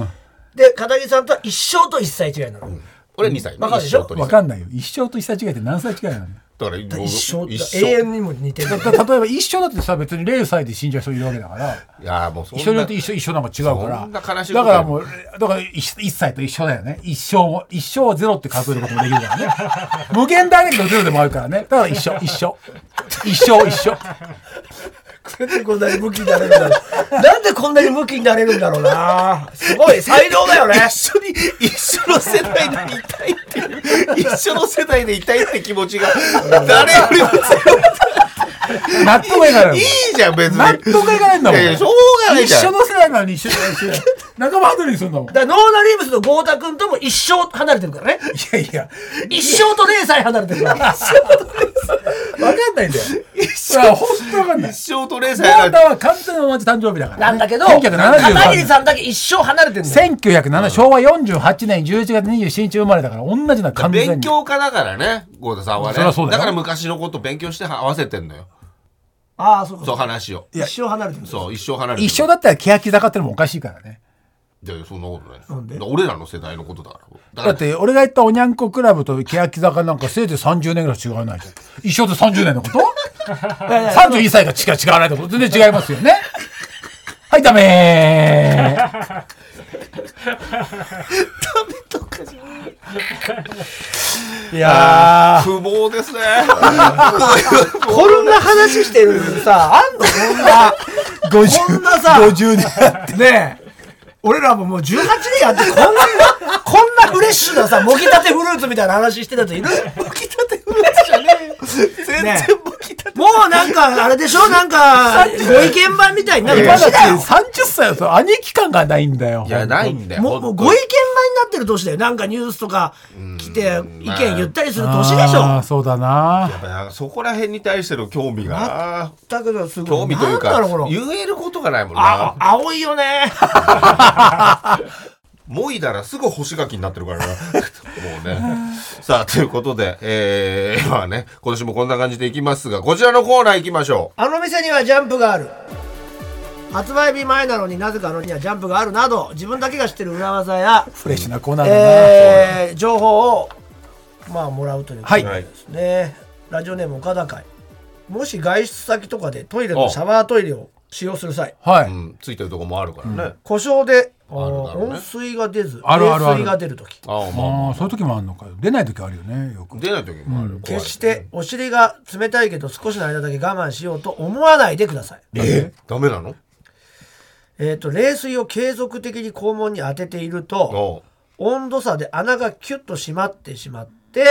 Speaker 3: で、片木さんとは一生と一切違いなの。
Speaker 2: 俺2歳
Speaker 3: わかるでしょ
Speaker 2: 一生と二
Speaker 4: わ
Speaker 2: 歳
Speaker 4: かんないよ。一生と一歳違いって何歳違いなの
Speaker 2: だから一
Speaker 3: 一生
Speaker 2: 一
Speaker 3: って永
Speaker 2: 生
Speaker 3: 遠にも似てる。
Speaker 4: だ例えば一生だってさ、別に0歳で死んじゃう人いるわけだから、
Speaker 2: いやもうそん
Speaker 4: 一
Speaker 2: な
Speaker 4: 生によって一生、一生なんか違うから。
Speaker 2: そんな悲しいこと
Speaker 4: だからもう、だから一一歳と一緒だよね。一生も、一生をゼロって数えることもできる からね。無限大だけどゼロでもあるからね。だから一生、一生。一生、一生。
Speaker 3: なんでこんなにムキになれるんだろう。なんでこんなにムキになれるんだろうな。すごい、才能だよね。
Speaker 2: 一緒に一緒の世代でいたいっていう一緒の世代でいたいって気持ちが 誰よりも強い
Speaker 4: 納得がいかないもん
Speaker 2: いいじゃん別に
Speaker 4: 納得がいかないんだもん。
Speaker 2: いやいやしょうがないじゃん
Speaker 4: 一緒の世代なのに一緒だ一緒だ仲間外れにするんだもん。
Speaker 3: だ
Speaker 4: い
Speaker 3: からノーナリーブスの豪太君とも一生離れてるからね。
Speaker 4: やいや。
Speaker 3: 一生と0歳離れてるから。
Speaker 4: わかんないんだよ。一生。本当わかんない。
Speaker 2: 一生と0歳
Speaker 4: あな
Speaker 2: だ
Speaker 4: たは完全に同じ誕生日だから、
Speaker 3: なんだけど、片桐
Speaker 4: 1973
Speaker 3: さんだけ一生離れてるんだよ。
Speaker 4: 年。1907、昭和48年11月27日生まれだから、同じな完全
Speaker 2: 勉
Speaker 4: に。
Speaker 2: 強家だからね郷田さんはね
Speaker 4: そりゃそうだ
Speaker 2: だ
Speaker 4: よ
Speaker 2: から昔のこと勉強して合わせてんのよ
Speaker 3: ああ、そう
Speaker 2: そう
Speaker 3: か。
Speaker 2: 話を
Speaker 3: 一生離れてる。
Speaker 2: そう一生離れてる
Speaker 4: 一緒だったら欅坂ってのもおかしいからね。
Speaker 2: いやいやそんなことない
Speaker 3: なんで
Speaker 2: だから俺らの世代のことだから
Speaker 4: だって、俺が言ったおにゃんこクラブと欅坂なんかせいぜい30年ぐらい違わないじゃん。一緒で30年のこと ?31 歳が違う、違わないってこと全然違いますよね。はい、ダメー。
Speaker 3: いや
Speaker 2: 不毛ですね
Speaker 3: こんな話してるのにさ、あんのこんな。
Speaker 4: 50
Speaker 3: こんなさ
Speaker 4: 50年やって。
Speaker 3: ねえ。俺らももう18年やって、こんな、こんなフレッシュなさ、もぎたてフルーツみたいな話してたやついるもぎたてフルーツじゃねえよ。
Speaker 2: 全然
Speaker 3: ね
Speaker 2: もきた
Speaker 3: もうなんか、あれでしょなんか、ご意見番みたいになる
Speaker 4: 今だ
Speaker 3: 年
Speaker 4: って
Speaker 3: だよ。
Speaker 4: 30歳だと兄貴感がないんだよ
Speaker 2: い。やないんだよ
Speaker 3: もうもうご意見番になってる年だよ。なんかニュースとか来て、意見言ったりする年でし
Speaker 4: あー
Speaker 3: ょ。
Speaker 4: そうだな。
Speaker 2: やっぱそこら辺に対しての興味が
Speaker 3: だけど、すごい。
Speaker 2: 興味という
Speaker 3: なん
Speaker 2: か
Speaker 3: だろう、この。
Speaker 2: 言えることがないもん
Speaker 3: あ
Speaker 2: な、
Speaker 3: 青いよね。
Speaker 2: もいだらすぐ干し柿になってるからな もうねさあということでえー、まあね今年もこんな感じでいきますがこちらのコーナーいきましょ
Speaker 3: あの店にはジャンプがある発売日前なのになぜかあの日にはジャンプがあるなど自分だけが知ってる裏技や、
Speaker 4: フレッシュなコーナーだ
Speaker 3: えー情報をまあもらうということ
Speaker 4: は
Speaker 3: で
Speaker 4: い
Speaker 2: はい
Speaker 3: すね、ラジオネーム岡田会もし外出先とかでトイレのシャワートイレを使用する際
Speaker 4: な。は
Speaker 2: う、う
Speaker 4: い。
Speaker 2: ん、ついてるとこもあるからね、
Speaker 3: 故障であ
Speaker 2: あるだろう
Speaker 3: の
Speaker 2: ね
Speaker 3: 温水が出ず
Speaker 4: あるあるある
Speaker 3: 冷水が出るとき
Speaker 2: ああまあま
Speaker 4: ああ、そういう時もあるのかよ。出ない時あるよね、よ
Speaker 2: あ
Speaker 4: く。
Speaker 2: 出ない時もある、怖い
Speaker 3: 決してお尻が冷たいけど少しの間だけ我慢しようと思わないでください
Speaker 2: えダメなの
Speaker 3: えー、と冷水を継続的に肛門に当てていると
Speaker 2: あ
Speaker 3: 温度差で穴がキュッと閉まってしまって、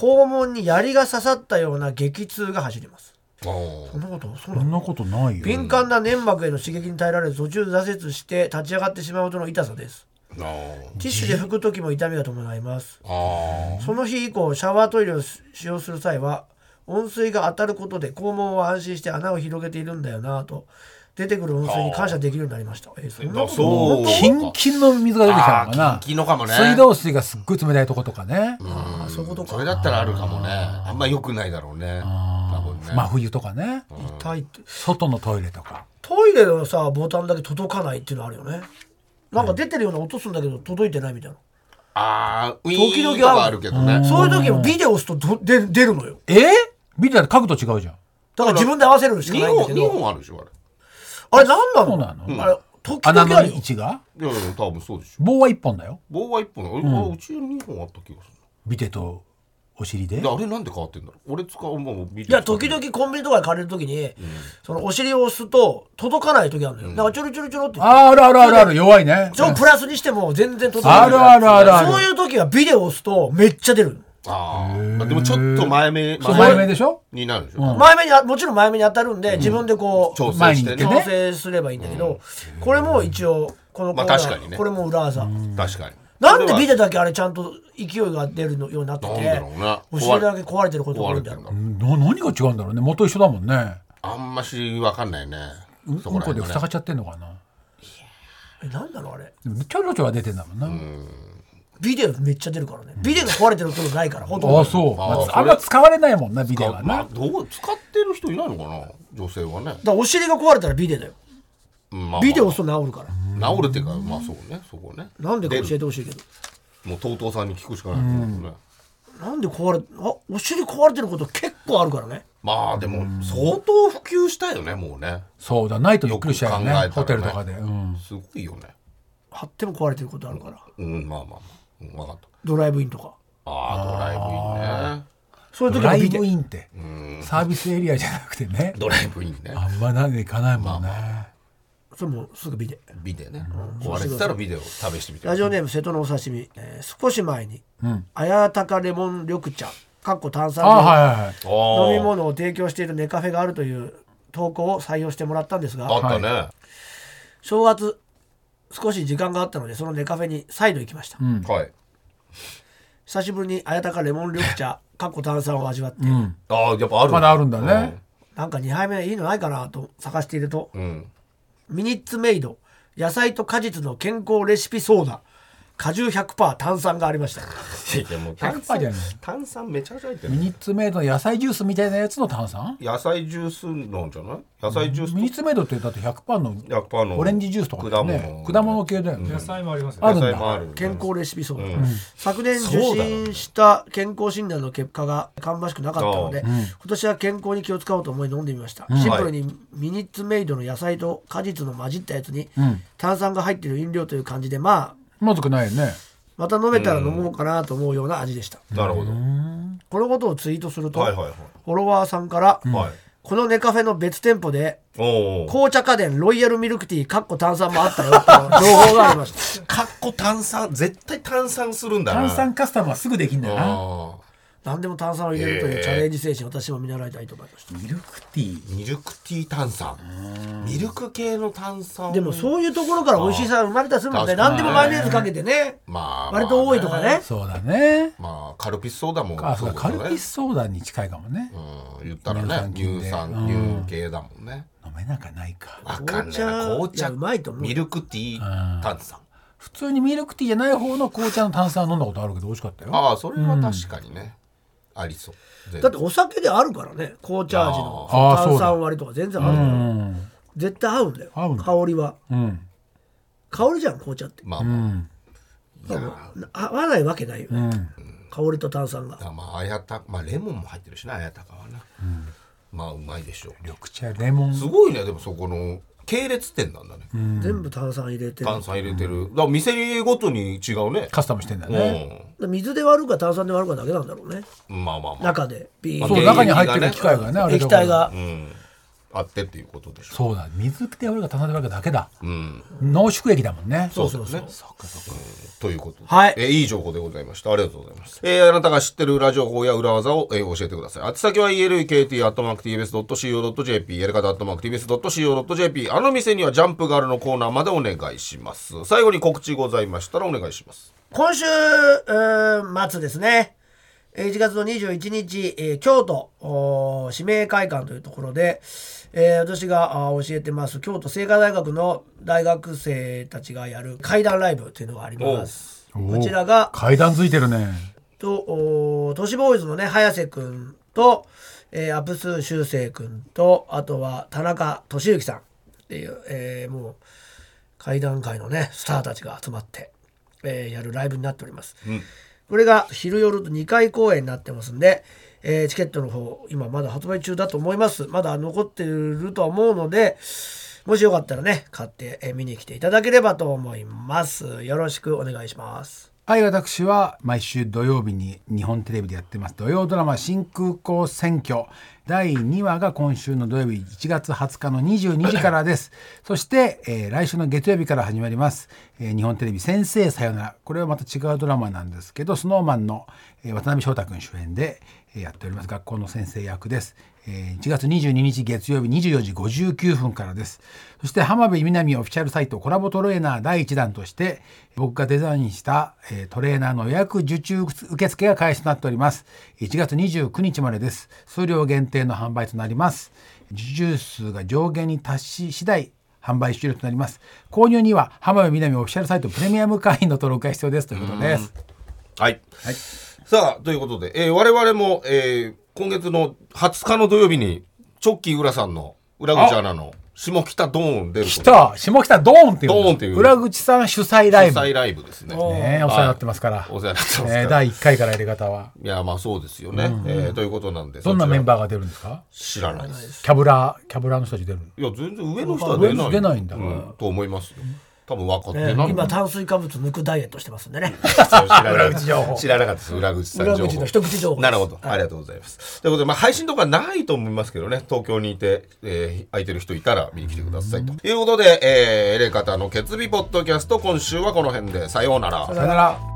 Speaker 3: 肛門に槍が刺さったような激痛が走ります
Speaker 2: あ
Speaker 3: そんなことそう
Speaker 4: そ
Speaker 3: なの
Speaker 4: んなことないよ。
Speaker 3: 敏感な粘膜への刺激に耐えられず途中で挫折して立ち上がってしまうほどの痛さです
Speaker 2: ああ
Speaker 3: ティッシュで拭く時も痛みが伴います
Speaker 2: あ
Speaker 3: その日以降シャワートイレを使用する際は温水が当たることで肛門は安心して穴を広げているんだよなぁと出てくる温水に感謝できるようになりましたえーそんなこと
Speaker 2: そう
Speaker 4: キンキンの水が出てきたのかな。
Speaker 2: あーキンキンのかもね
Speaker 4: 水道水がすっごい冷たいとことかね。
Speaker 3: あそういうこと
Speaker 2: あ
Speaker 3: か
Speaker 2: それだったらあるかもねあんま良くないだろうね多分ね、
Speaker 4: 真冬とかね。
Speaker 3: 痛いって
Speaker 4: 外のトイレとか。
Speaker 3: トイレのさボタンだけ届かないっていうのあるよねなんか出てるような音するんだけど届いてないみたいな、
Speaker 2: ああウィ
Speaker 3: 時々あ
Speaker 2: ーン
Speaker 3: る
Speaker 2: とかあるけどね
Speaker 3: そういう時もビデオ押すとどで出るのよ
Speaker 4: えー見てたら角度違うじゃん。
Speaker 3: だから自分で合わせるしか
Speaker 2: 2
Speaker 3: ないんだ
Speaker 2: 本
Speaker 3: け
Speaker 2: 二
Speaker 3: ど
Speaker 2: 本あるでしょあれ
Speaker 3: あれ何なの
Speaker 4: そうなの
Speaker 3: あれ時
Speaker 4: 穴
Speaker 3: 々あ
Speaker 4: の
Speaker 3: る
Speaker 4: 位
Speaker 3: よ
Speaker 4: 置が。
Speaker 2: いやいや多分そうでしょ
Speaker 4: 棒は一本だよ。
Speaker 2: 棒は1本あれあうち2本あった気がす
Speaker 4: ビテとお尻で
Speaker 2: るで。あれなんで変わってんだろう俺使うもうビ
Speaker 3: いや時々コンビニとかで借りる時に、そのお尻を押すと届かない時あるのよ、だからちょろちょろちょろって
Speaker 4: あーあるあるあるある弱いね。
Speaker 3: ちょプラスにしても全然届
Speaker 4: あ
Speaker 3: か
Speaker 4: る
Speaker 3: ない
Speaker 4: あるあるある。
Speaker 3: そういう時はビデオ押すとめっちゃ出るの
Speaker 2: あーでもちょっと前目
Speaker 4: そう前目でしょ
Speaker 2: になるでしょ、
Speaker 3: 前目にあもちろん前目に当たるんで、自分でこう
Speaker 2: 調整して
Speaker 4: 前に行っ
Speaker 2: ね
Speaker 4: てね
Speaker 3: 調整すればいいんだけど、これも一応このコーナー、
Speaker 2: まあ確かにね
Speaker 3: これも裏技、
Speaker 2: 確かに
Speaker 3: なんでビ
Speaker 2: デ
Speaker 3: デだけあれちゃんと勢いが出るのようになって
Speaker 2: なんだ
Speaker 3: て
Speaker 2: ろうな
Speaker 3: お尻だけ壊れてることが多
Speaker 2: 壊
Speaker 3: い
Speaker 2: れ
Speaker 3: ん
Speaker 2: て
Speaker 3: だ
Speaker 2: る
Speaker 3: ろ
Speaker 2: ん
Speaker 3: う
Speaker 2: だろう
Speaker 4: な何が違うんだろうね元一緒だもんね
Speaker 2: あんまし分かんないね
Speaker 4: うん
Speaker 2: そこら
Speaker 4: こで
Speaker 2: 辺が
Speaker 4: 塞がっ
Speaker 2: ね
Speaker 4: ちゃってんのかな
Speaker 3: えなんなのあれ
Speaker 4: でもちょろちょろは出てんだもんな、
Speaker 3: ビデめっちゃ出るからねビデが壊れてることないからほとん
Speaker 4: あ
Speaker 3: ど
Speaker 4: あそうま
Speaker 2: あ
Speaker 4: あ
Speaker 2: それ
Speaker 4: あんま使われないもんなビデオは
Speaker 2: まあ
Speaker 4: な、
Speaker 2: どう使ってる人いないのかな女性はね、
Speaker 3: だからお尻が壊れたらビデだよ
Speaker 2: うんまあまあ
Speaker 3: ビデ押すと治るから、
Speaker 2: 治るっていうかまあそうねそこね
Speaker 3: なんでか教え
Speaker 2: て
Speaker 3: てほしいけど
Speaker 2: もう TOTO さんに聞くしかないですね、
Speaker 3: なんで壊れあお尻壊れてること結構あるからね
Speaker 2: まあでも相当普及したよねもうね
Speaker 4: そうだないとゆっくりしちゃうよね
Speaker 2: よく考えたらね
Speaker 4: ホテルとかで、うん、
Speaker 2: すごいよね
Speaker 3: 貼っても壊れてることあるから
Speaker 2: うんまあまあ、まあ、うん分かった
Speaker 3: ドライブインとか
Speaker 2: ああ
Speaker 3: そういう
Speaker 4: ド
Speaker 3: 時は
Speaker 4: ライ
Speaker 3: ビデ
Speaker 4: ブインってサービスエリアじゃなくてね
Speaker 2: ドライブインねドライブインね
Speaker 4: あんまなんで行かないもんね、
Speaker 3: それもすぐビデ
Speaker 2: ビデね壊れてたらビデオ試してみて
Speaker 3: ラジオネーム瀬戸のお刺身、えー少し前に、あやたかレモン緑茶かっこ炭酸
Speaker 4: ああはいはいはい
Speaker 2: オ
Speaker 3: の飲み物を提供しているネカフェがあるという投稿を採用してもらったんです
Speaker 2: あ
Speaker 3: が
Speaker 2: ったね、
Speaker 3: 正月少し時間があったのでそのネカフェに再度行きました、
Speaker 2: はい
Speaker 3: 久しぶりにあやたかレモン緑 茶かっこ炭酸を味わって、
Speaker 2: ああやっぱある
Speaker 4: まだあるんだね、
Speaker 3: なんか2杯目いいのないかなと探していると、
Speaker 2: うん、うん
Speaker 3: ミニッツメイド野菜と果実の健康レシピソーダ果汁100%炭酸がありました
Speaker 2: いやもう炭
Speaker 4: 100%じ
Speaker 2: 酸
Speaker 4: ゃない
Speaker 2: 炭酸めちゃくちゃ入ってる
Speaker 4: ミニッツメイドの野菜ジュースみたいなやつの炭酸
Speaker 2: 野菜ジュースなんじゃない野菜ジュース
Speaker 4: ミニッツメイドってだって100%の
Speaker 2: 100%の
Speaker 4: オレンジジュースとかだよね
Speaker 2: 果物
Speaker 4: 果物系だよね、
Speaker 5: 野菜もありますよ
Speaker 4: あ
Speaker 5: ね
Speaker 4: るんだ
Speaker 2: 野菜もある
Speaker 3: 健康レシピソーダ、
Speaker 2: うん
Speaker 3: 昨年受診した健康診断の結果が芳しくなかったので、今年は健康に気を使おうと思い飲んでみました、シンプルにミニッツメイドの野菜と果実の混じったやつに炭酸が入ってる飲料という感じでまあ
Speaker 4: まずくないよね
Speaker 3: また飲めたら飲もうかなと思うような味でした、
Speaker 2: なるほど
Speaker 3: このことをツイートすると、
Speaker 2: はいはいはい
Speaker 3: フォロワーさんから、
Speaker 2: はい
Speaker 3: このネカフェの別店舗で
Speaker 2: おお
Speaker 3: 紅茶家電ロイヤルミルクティーかっこ炭酸もあったよと情報がありました
Speaker 2: かっこ炭酸絶対炭酸するんだな
Speaker 4: 炭酸カスタムはすぐできんだよな
Speaker 2: あ
Speaker 3: 何でも炭酸を入れるというチャレンジ精神、私も見習いたいと思いました。
Speaker 4: ミルクティー
Speaker 2: ミルクティー炭酸ミルク系の炭酸
Speaker 3: でもそういうところから美味しさが生まれたりするもんね。何でもマヨネーズかけてね。
Speaker 2: まあ
Speaker 3: 割と多いとかね。
Speaker 4: そうだね
Speaker 2: まあカルピスソーダも
Speaker 4: あそうだ
Speaker 2: だ
Speaker 4: カ
Speaker 2: よね
Speaker 4: ルピスソーダに近いかもね
Speaker 2: うん言ったらね乳
Speaker 4: 乳酸
Speaker 2: 酸乳系だもんね
Speaker 4: 飲めなかないか
Speaker 2: わかんな
Speaker 3: 紅
Speaker 2: いな
Speaker 3: 茶
Speaker 2: 紅
Speaker 3: いや
Speaker 2: 茶
Speaker 3: うまいと思う
Speaker 2: ミルクティー炭酸
Speaker 4: 普通にミルクティーじゃない方の紅茶の炭酸は飲んだことあるけど美味しかったよ
Speaker 2: ああそれは確かにねありそう全
Speaker 3: だっ
Speaker 2: 然
Speaker 3: てお酒であるからね。紅茶味の
Speaker 4: あーあー
Speaker 3: 炭酸割りとか全然あるか
Speaker 4: う
Speaker 3: ら。
Speaker 4: ん
Speaker 3: 絶対合うんだよ。
Speaker 4: 合うんだ
Speaker 3: 香りは。
Speaker 4: うん
Speaker 3: 香りじゃん、紅茶って。
Speaker 2: まあま
Speaker 3: な合わないわけないよね。香りと炭酸が。
Speaker 2: あまああやたまあレモンも入ってるしなあやたかはなまあうまいでしょう
Speaker 4: 緑茶レモン
Speaker 2: すごいねでもそこの系列店なんだね
Speaker 3: 全部炭酸入れてる。
Speaker 2: 炭酸入れてるだから店ごとに違うね
Speaker 4: カスタムしてんだよね
Speaker 3: 水で割るか炭酸で割るかだけなんだろうね。
Speaker 2: うんまあまあまあ
Speaker 3: 中でビー
Speaker 2: ん
Speaker 3: ン
Speaker 4: そう中に入ってる機械がねあれ
Speaker 3: 液
Speaker 4: だから
Speaker 3: 体が
Speaker 2: うんあってっていうことでしょ
Speaker 4: そうだ水って俺が炭酸で割るだけだ
Speaker 2: うん
Speaker 4: 濃縮液だもんね
Speaker 2: そうそうそうということで
Speaker 3: はい
Speaker 2: えーいい情報でございました。ありがとうございます。えーあなたが知ってる裏情報や裏技を、えー教えてください。宛先は elkt.tbs.co.jp、やり方 .tbs.co.jp、あの店にはジャンプがあるのコーナーまでお願いします。最後に告知ございましたらお願いします。
Speaker 3: 今週うーん末ですねえー1月の21日、えー京都おー指名会館というところで、えー私があー教えてます京都精華大学の大学生たちがやる怪談ライブというのがあります。
Speaker 4: おう
Speaker 3: こちらが
Speaker 4: 階段ついてるね
Speaker 3: とおー都市ボーイズのね早瀬くんと、えーアプスー修正くんとあとは田中俊之さんっていう、えーもう怪談界のねスターたちが集まって、えーやるライブになっております、これが昼夜と2回公演になってますんで、えーチケットの方今まだ発売中だと思いますまだ残ってるとは思うのでもしよかったらね買って、えー見に来ていただければと思いますよろしくお願いします
Speaker 4: はい、私は毎週土曜日に日本テレビでやってます土曜ドラマ「新空港選挙」第2話が今週の土曜日1月20日の22時からです。そして、えー来週の月曜日から始まります、えー日本テレビ「先生さよなら」これはまた違うドラマなんですけど SnowMan の、えー渡辺翔太君主演で、えーやっております学校の先生役です。えー1月22日月曜日24時59分からです。そして浜辺美波オフィシャルサイトコラボトレーナー第1弾として僕がデザインした、えートレーナーの予約受注受付が開始となっております。1月29日までです。数量限定の販売となります。受注数が上限に達し次第販売終了となります。購入には浜辺美波オフィシャルサイトプレミアム会員の登録が必要ですということです。
Speaker 2: はい。さあ、ということで、えー我々も、えー今月の20日の土曜日に、チョッキー浦さんの裏口アナの下北ドーン出ること
Speaker 4: 来た下北ドーンっていうの
Speaker 2: ドーンっていう
Speaker 4: 裏口さん主催ライ
Speaker 2: 主
Speaker 4: ブ。
Speaker 2: 催
Speaker 4: ね
Speaker 2: ライブですね。
Speaker 4: えお世話になってますから。
Speaker 2: お世話になってますから
Speaker 4: えー第1回から入れ方は。
Speaker 2: いや、まあそうですよね。えーということなんで。
Speaker 4: どんなメンバ
Speaker 2: ー
Speaker 4: ーが出るんですか
Speaker 2: 知らないです。
Speaker 4: キャブラー、キャブラーの人たち出るの
Speaker 2: いや、全然上の人は出ない。
Speaker 4: 出ないんだ
Speaker 2: うと思いますよ。多分分かって
Speaker 3: ね
Speaker 2: ない。
Speaker 3: 今炭水化物抜くダイエットしてますん でね
Speaker 2: 裏
Speaker 4: 口情報
Speaker 2: 知らなかったです。裏口さん情報。
Speaker 3: 裏口の一口情報です
Speaker 2: なるほど。ありがとうございます。ということで、まあ配信とかないと思いますけどね、東京にいて、えー空いてる人いたら見に来てくださいと。いうことで、えー、エレカタの決日ポッドキャスト、今週はこの辺で、さようなら。
Speaker 4: さよなら。